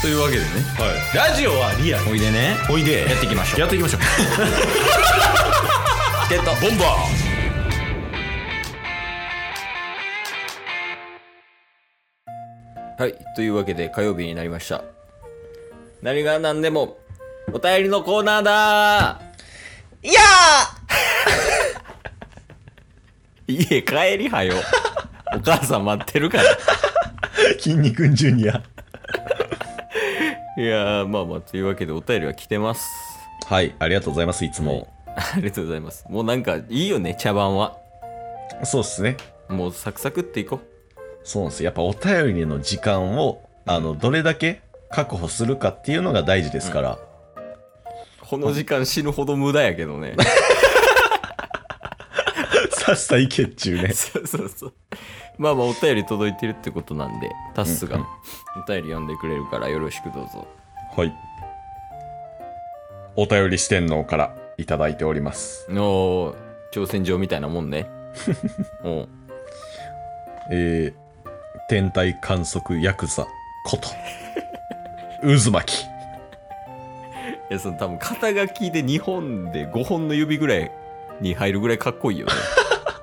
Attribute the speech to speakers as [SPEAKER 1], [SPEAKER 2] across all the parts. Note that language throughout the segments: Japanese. [SPEAKER 1] というわけでね
[SPEAKER 2] はい、ラジオはリアル
[SPEAKER 1] おいでね
[SPEAKER 2] おいで
[SPEAKER 1] やっていきましょう
[SPEAKER 2] やって いきましょう
[SPEAKER 1] ゲット
[SPEAKER 2] ボンバ
[SPEAKER 1] はいというわけで火曜日になりました何が何でもお便りのコーナーだ
[SPEAKER 3] いや
[SPEAKER 1] 家帰りはよお母さん待ってるから
[SPEAKER 2] ー筋肉ジュニア
[SPEAKER 1] いやーまあまあというわけでお便りは来てます
[SPEAKER 2] はいありがとうございますいつも、
[SPEAKER 1] ありがとうございますもうなんかいいよね茶番は
[SPEAKER 2] そうっすね
[SPEAKER 1] もうサクサクっていこ
[SPEAKER 2] そうなんですやっぱお便りの時間をあのどれだけ確保するかっていうのが大事ですから、
[SPEAKER 1] うこの時間死ぬほど無駄やけどね
[SPEAKER 2] さっさいけっちゅうね
[SPEAKER 1] そうそうそうまあまあお便り届いてるってことなんでタッスが
[SPEAKER 2] うんうん
[SPEAKER 1] お便り読んでくれるからよろしくどうぞ
[SPEAKER 2] はいお便り四天王からいただいております
[SPEAKER 1] おー挑戦状みたいなもん ねおう
[SPEAKER 2] えー、天体観測ヤクザこと 渦巻き
[SPEAKER 1] いやその多分肩書きで2本で5本の指ぐらいに入るぐらいかっこいい よね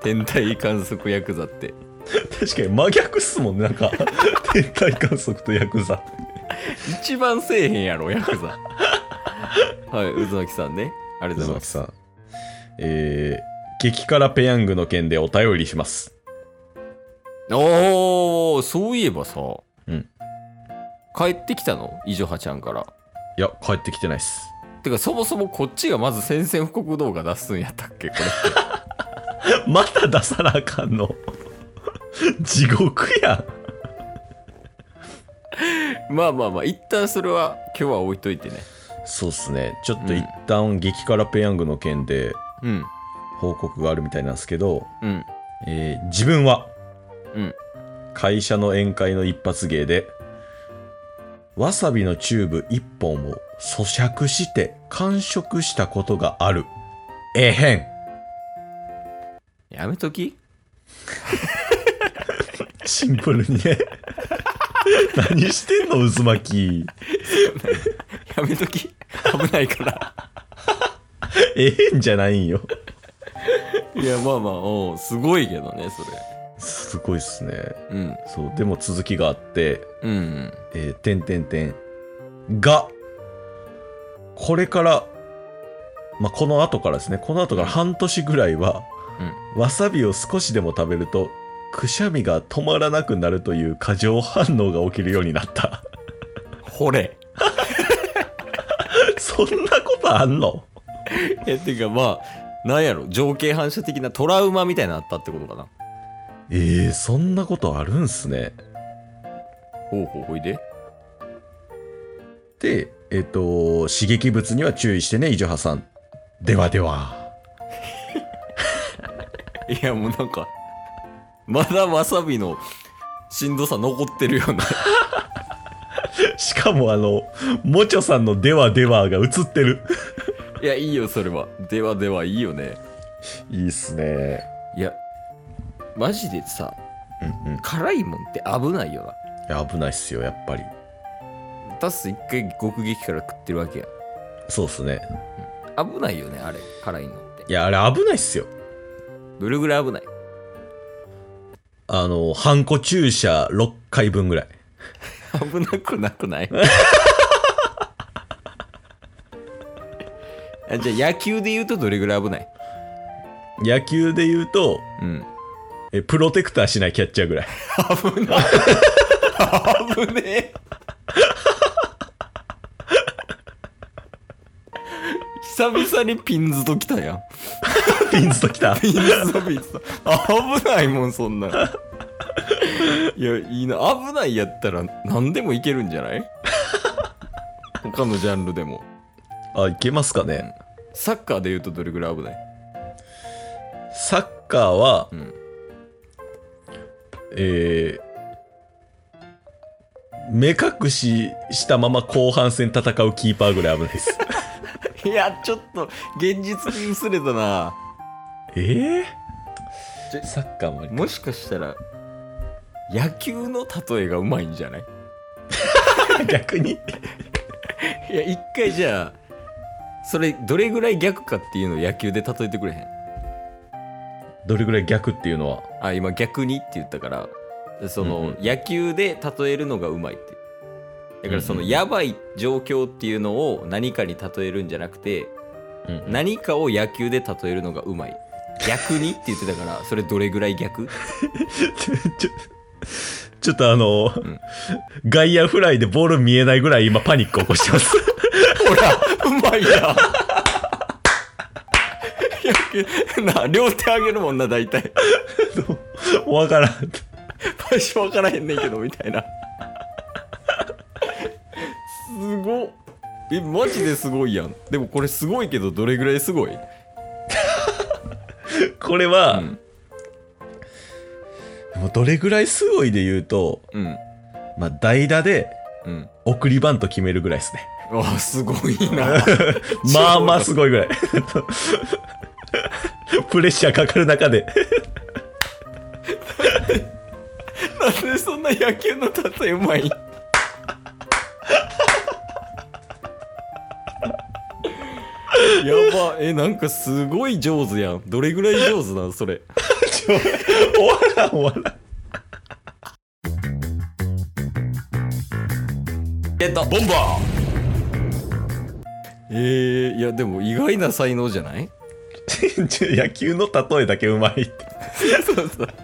[SPEAKER 1] 天体観測ヤクザって
[SPEAKER 2] 確かに真逆っすもんねなんか 天体観測とヤクザ
[SPEAKER 1] 一番せえへんやろヤクザはい渦巻さんねありがとうございます
[SPEAKER 2] さんえー、激辛ペヤングの件でお便りします
[SPEAKER 1] おーそういえばさ、
[SPEAKER 2] うん
[SPEAKER 1] 帰ってきたのイジョハちゃんから
[SPEAKER 2] いや帰ってきてないっす
[SPEAKER 1] てかそもそもこっちがまず宣戦布告動画出すんやったっけこれ
[SPEAKER 2] また出さなあかんの 地獄や
[SPEAKER 1] まあまあまあ一旦それは今日は置いといてね
[SPEAKER 2] そうっすねちょっと
[SPEAKER 1] うん
[SPEAKER 2] 一旦激辛ペヤングの件で
[SPEAKER 1] うん
[SPEAKER 2] 報告があるみたいなんですけど、
[SPEAKER 1] うん
[SPEAKER 2] えー自分は、
[SPEAKER 1] うん
[SPEAKER 2] 会社の宴会の一発芸でわさびのチューブ1本を咀嚼して完食したことがあるええへん
[SPEAKER 1] やめとき
[SPEAKER 2] シンプルにね 何してんの渦巻き
[SPEAKER 1] やめとき危ないから
[SPEAKER 2] ええへんじゃないんよ
[SPEAKER 1] いやまあまあおうすごいけどねそ
[SPEAKER 2] すごいっすね
[SPEAKER 1] れうん
[SPEAKER 2] そうでも続きがあって
[SPEAKER 1] うん
[SPEAKER 2] えー、てんてんてん。が、これから、まあ、この後からですね、この後から半年ぐらいは、わさびを少しでも食べると、くしゃみが止まらなくなるという過剰反応が起きるようになった。
[SPEAKER 1] ほれ
[SPEAKER 2] そんなことあんの
[SPEAKER 1] えてかまあなんやろ情景反射的なトラウマみたいなのあったってことかな
[SPEAKER 2] えー、そんなことあるんすね。
[SPEAKER 1] ほうほうほいで
[SPEAKER 2] で、えっ、と、刺激物には注意してね、イジョハさん。ではでは。
[SPEAKER 1] いやもうなんかまだわさびのしんどさ残ってるような
[SPEAKER 2] しかもあの、もちょさんのではではが映ってる。
[SPEAKER 1] いやいいよそれはではではいいよね
[SPEAKER 2] いいっすね。
[SPEAKER 1] いやマジでさ
[SPEAKER 2] うんうん。
[SPEAKER 1] 辛いもんって危ないよ
[SPEAKER 2] いや危ないっすよやっぱり
[SPEAKER 1] なタス一回極激から食ってるわけや
[SPEAKER 2] そうっすね
[SPEAKER 1] 危ないよねあれ辛いのって
[SPEAKER 2] いやあれ危ないっすよ
[SPEAKER 1] どれぐらい危ない
[SPEAKER 2] あのハンコ注射6回分ぐらい
[SPEAKER 1] 危なくなくない あじゃあ野球で言うとどれぐらい危ない
[SPEAKER 2] 野球で言うと
[SPEAKER 1] うん
[SPEAKER 2] えプロテクターしないキャッチャーぐらい
[SPEAKER 1] 危ない危ねえ久々にピンズと来たやん
[SPEAKER 2] ピンズときた
[SPEAKER 1] ピンズとピンズと危ないもんそんなんいやいいな危ないやったら何でもいけるんじゃない他のジャンルでも
[SPEAKER 2] あいけますかね
[SPEAKER 1] サッカーで言うとどれぐらい危ない
[SPEAKER 2] サッカーは、
[SPEAKER 1] うん
[SPEAKER 2] えー目隠ししたまま後半戦戦うキーパーぐらい危ない です
[SPEAKER 1] いやちょっと現実に薄れたな
[SPEAKER 2] え
[SPEAKER 1] ちょ
[SPEAKER 2] ー、サッカーもあり
[SPEAKER 1] もしかしたら野球の例えがうまいんじゃない
[SPEAKER 2] 逆に。
[SPEAKER 1] いや一回じゃあそれどれぐらい逆かっていうのを野球で例えてくれへん
[SPEAKER 2] どれぐらい逆っていうのは。
[SPEAKER 1] あ今逆にって言ったからその、
[SPEAKER 2] うんうん
[SPEAKER 1] 野球で例えるのがうまいってだからその、
[SPEAKER 2] うんうん
[SPEAKER 1] やばい状況っていうのを何かに例えるんじゃなくて
[SPEAKER 2] うん
[SPEAKER 1] 何かを野球で例えるのがうまい逆にって言ってたからそれどれぐらい逆
[SPEAKER 2] ちょ ちょちょっとあの、
[SPEAKER 1] ん
[SPEAKER 2] 外野フライでボール見えないぐらい今パニック起こしてます。
[SPEAKER 1] ほら、うまい やん。な両手上げるもんな大体
[SPEAKER 2] わからん。
[SPEAKER 1] 最初分からへんねんけどみたいなすごっえマジですごいやんでもこれすごいけどどれぐらいすごい
[SPEAKER 2] これは、
[SPEAKER 1] うん
[SPEAKER 2] でもどれぐらいすごいで言うと、
[SPEAKER 1] うん
[SPEAKER 2] まあ、代打で
[SPEAKER 1] うん
[SPEAKER 2] 送りバント決めるぐらい ですね。
[SPEAKER 1] わあすごいな
[SPEAKER 2] まあまあすごいぐ らい。プレッシャーかかる中で。
[SPEAKER 1] なんでそんな野球の例えうまいんやばえなんかすごい上手やんどれぐらい上手なんそれ
[SPEAKER 2] ちょ終わら ん終わ らん。
[SPEAKER 1] ゲットボンバーえー、いやでも意外な才能じゃない
[SPEAKER 2] ちょ野球の例えだけうまいって。
[SPEAKER 1] そうそう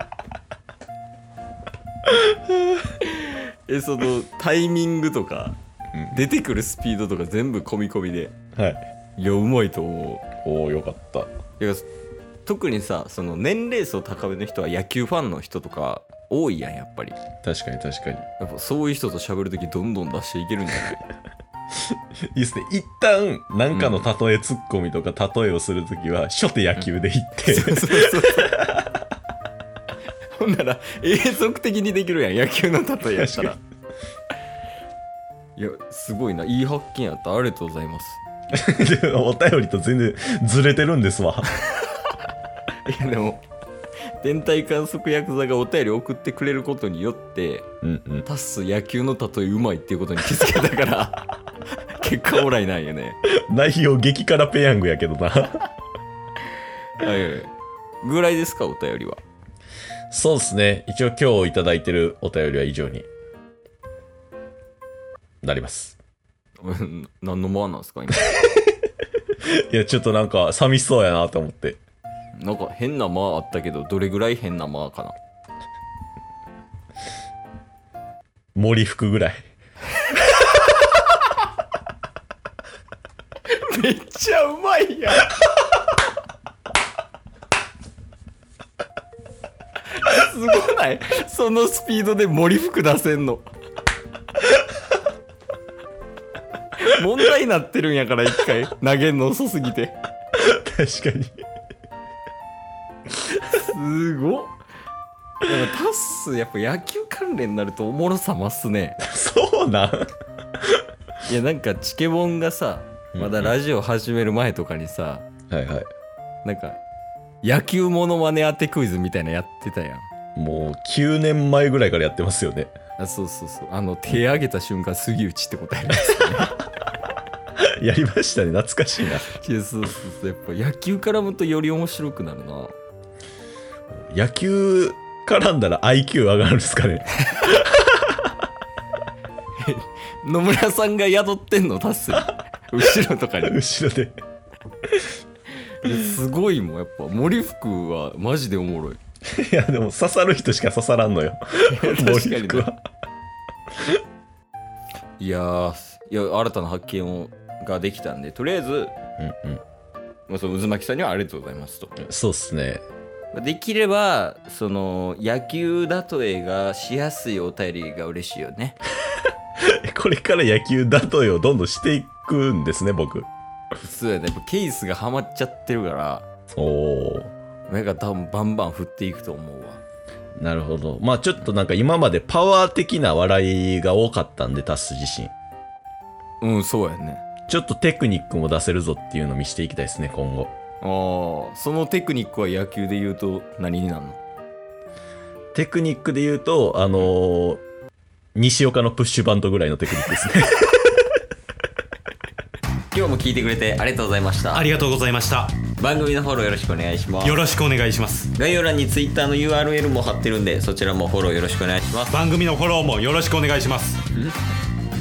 [SPEAKER 1] えそのタイミングとか、
[SPEAKER 2] うん
[SPEAKER 1] 出てくるスピードとか全部込み込みで
[SPEAKER 2] はい。
[SPEAKER 1] いやうまいと思う
[SPEAKER 2] おおよかった。
[SPEAKER 1] いや特にさその年齢層高めの人は野球ファンの人とか多いやんやっぱり
[SPEAKER 2] 確かに確かに。
[SPEAKER 1] やっぱそういう人と喋るときどんどん出していけるんじゃない
[SPEAKER 2] いいですね。一旦、なんかの例えツッコミとか例えをするときは、初手野球で行って、
[SPEAKER 1] そうそうそうほんなら永続的にできるやん野球の例えやったら
[SPEAKER 2] 確
[SPEAKER 1] いやすごいないい発見やったありがとうございます
[SPEAKER 2] お便りと全然ずれてるんですわ。
[SPEAKER 1] いやでも天体観測ヤクザがお便り送ってくれることによって
[SPEAKER 2] うんうん。
[SPEAKER 1] タッス野球の例えうまいっていうことに気づけたから 結果オーライなんやね
[SPEAKER 2] 内容激辛ペヤングやけどな。
[SPEAKER 1] はいはいぐらいですかお便りは
[SPEAKER 2] そうですね。一応今日いただいてるお便りは以上になります。
[SPEAKER 1] うん何の間なんですか今
[SPEAKER 2] いや、ちょっとなんか寂しそうやなと思って。
[SPEAKER 1] なんか変な間あったけどどれぐらい変な間かな
[SPEAKER 2] 森服ぐらい。
[SPEAKER 1] めっちゃうまいやんすごないそのスピードで森服出せんの問題になってるんやから一回投げんの遅すぎて
[SPEAKER 2] 確かに。
[SPEAKER 1] すごっでもタッスやっぱ野球関連になるとおもろさ増すね
[SPEAKER 2] そうなん
[SPEAKER 1] いやなんかチケボンがさまだラジオ始める前とかにさ
[SPEAKER 2] はいはい。
[SPEAKER 1] なんか野球モノマネ当てクイズみたいなやってたやん
[SPEAKER 2] もう9年前ぐらいからやってますよね。
[SPEAKER 1] あそうそうそうあの手上げた瞬間杉内って 答えるや
[SPEAKER 2] やりましたね。懐かしいな。
[SPEAKER 1] ついやそうそうそうやっぱ野球絡むとより面白くなるな
[SPEAKER 2] 野球絡んだら IQ 上がるんですかね
[SPEAKER 1] 野村さんが宿ってんの達成後ろとかに
[SPEAKER 2] 後ろで。
[SPEAKER 1] すごいもんやっぱ森福はマジでおもろい
[SPEAKER 2] いや、でも刺さる人しか刺さらんの よ。
[SPEAKER 1] 確かにね
[SPEAKER 2] 森福は。
[SPEAKER 1] いやーいや新たな発見をができたんでとりあえず、
[SPEAKER 2] うんうん。
[SPEAKER 1] まあ、その渦巻さんにはありがとうございますと
[SPEAKER 2] そうっすね。
[SPEAKER 1] できればその野球だとえがしやすいお便りが嬉しいよね
[SPEAKER 2] これから野球だとよ、どんどんしていくんですね、僕。
[SPEAKER 1] そうやねやっぱケースがハマっちゃってるから
[SPEAKER 2] おお。
[SPEAKER 1] 目が多分バンバン振っていくと思うわ
[SPEAKER 2] なるほど。まあちょっとなんか今までパワー的な笑いが多かったんで、タス自身。
[SPEAKER 1] うんそうやね
[SPEAKER 2] ちょっとテクニックも出せるぞっていうのを見せていきたいですね、今後。
[SPEAKER 1] ああそのテクニックは野球で言うと何になるの
[SPEAKER 2] テクニックで言うと、あのー西岡のプッシュバントぐらいのテクニックですね。
[SPEAKER 1] 今日も聞いてくれてありがとうございました
[SPEAKER 4] ありがとうございました
[SPEAKER 1] 番組のフォローよろしくお願いします
[SPEAKER 4] よろしくお願いします
[SPEAKER 1] 概要欄に Twitter の URL も貼ってるんでそちらもフォローよろしくお願いします
[SPEAKER 4] 番組のフォローもよろしくお願いします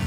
[SPEAKER 4] す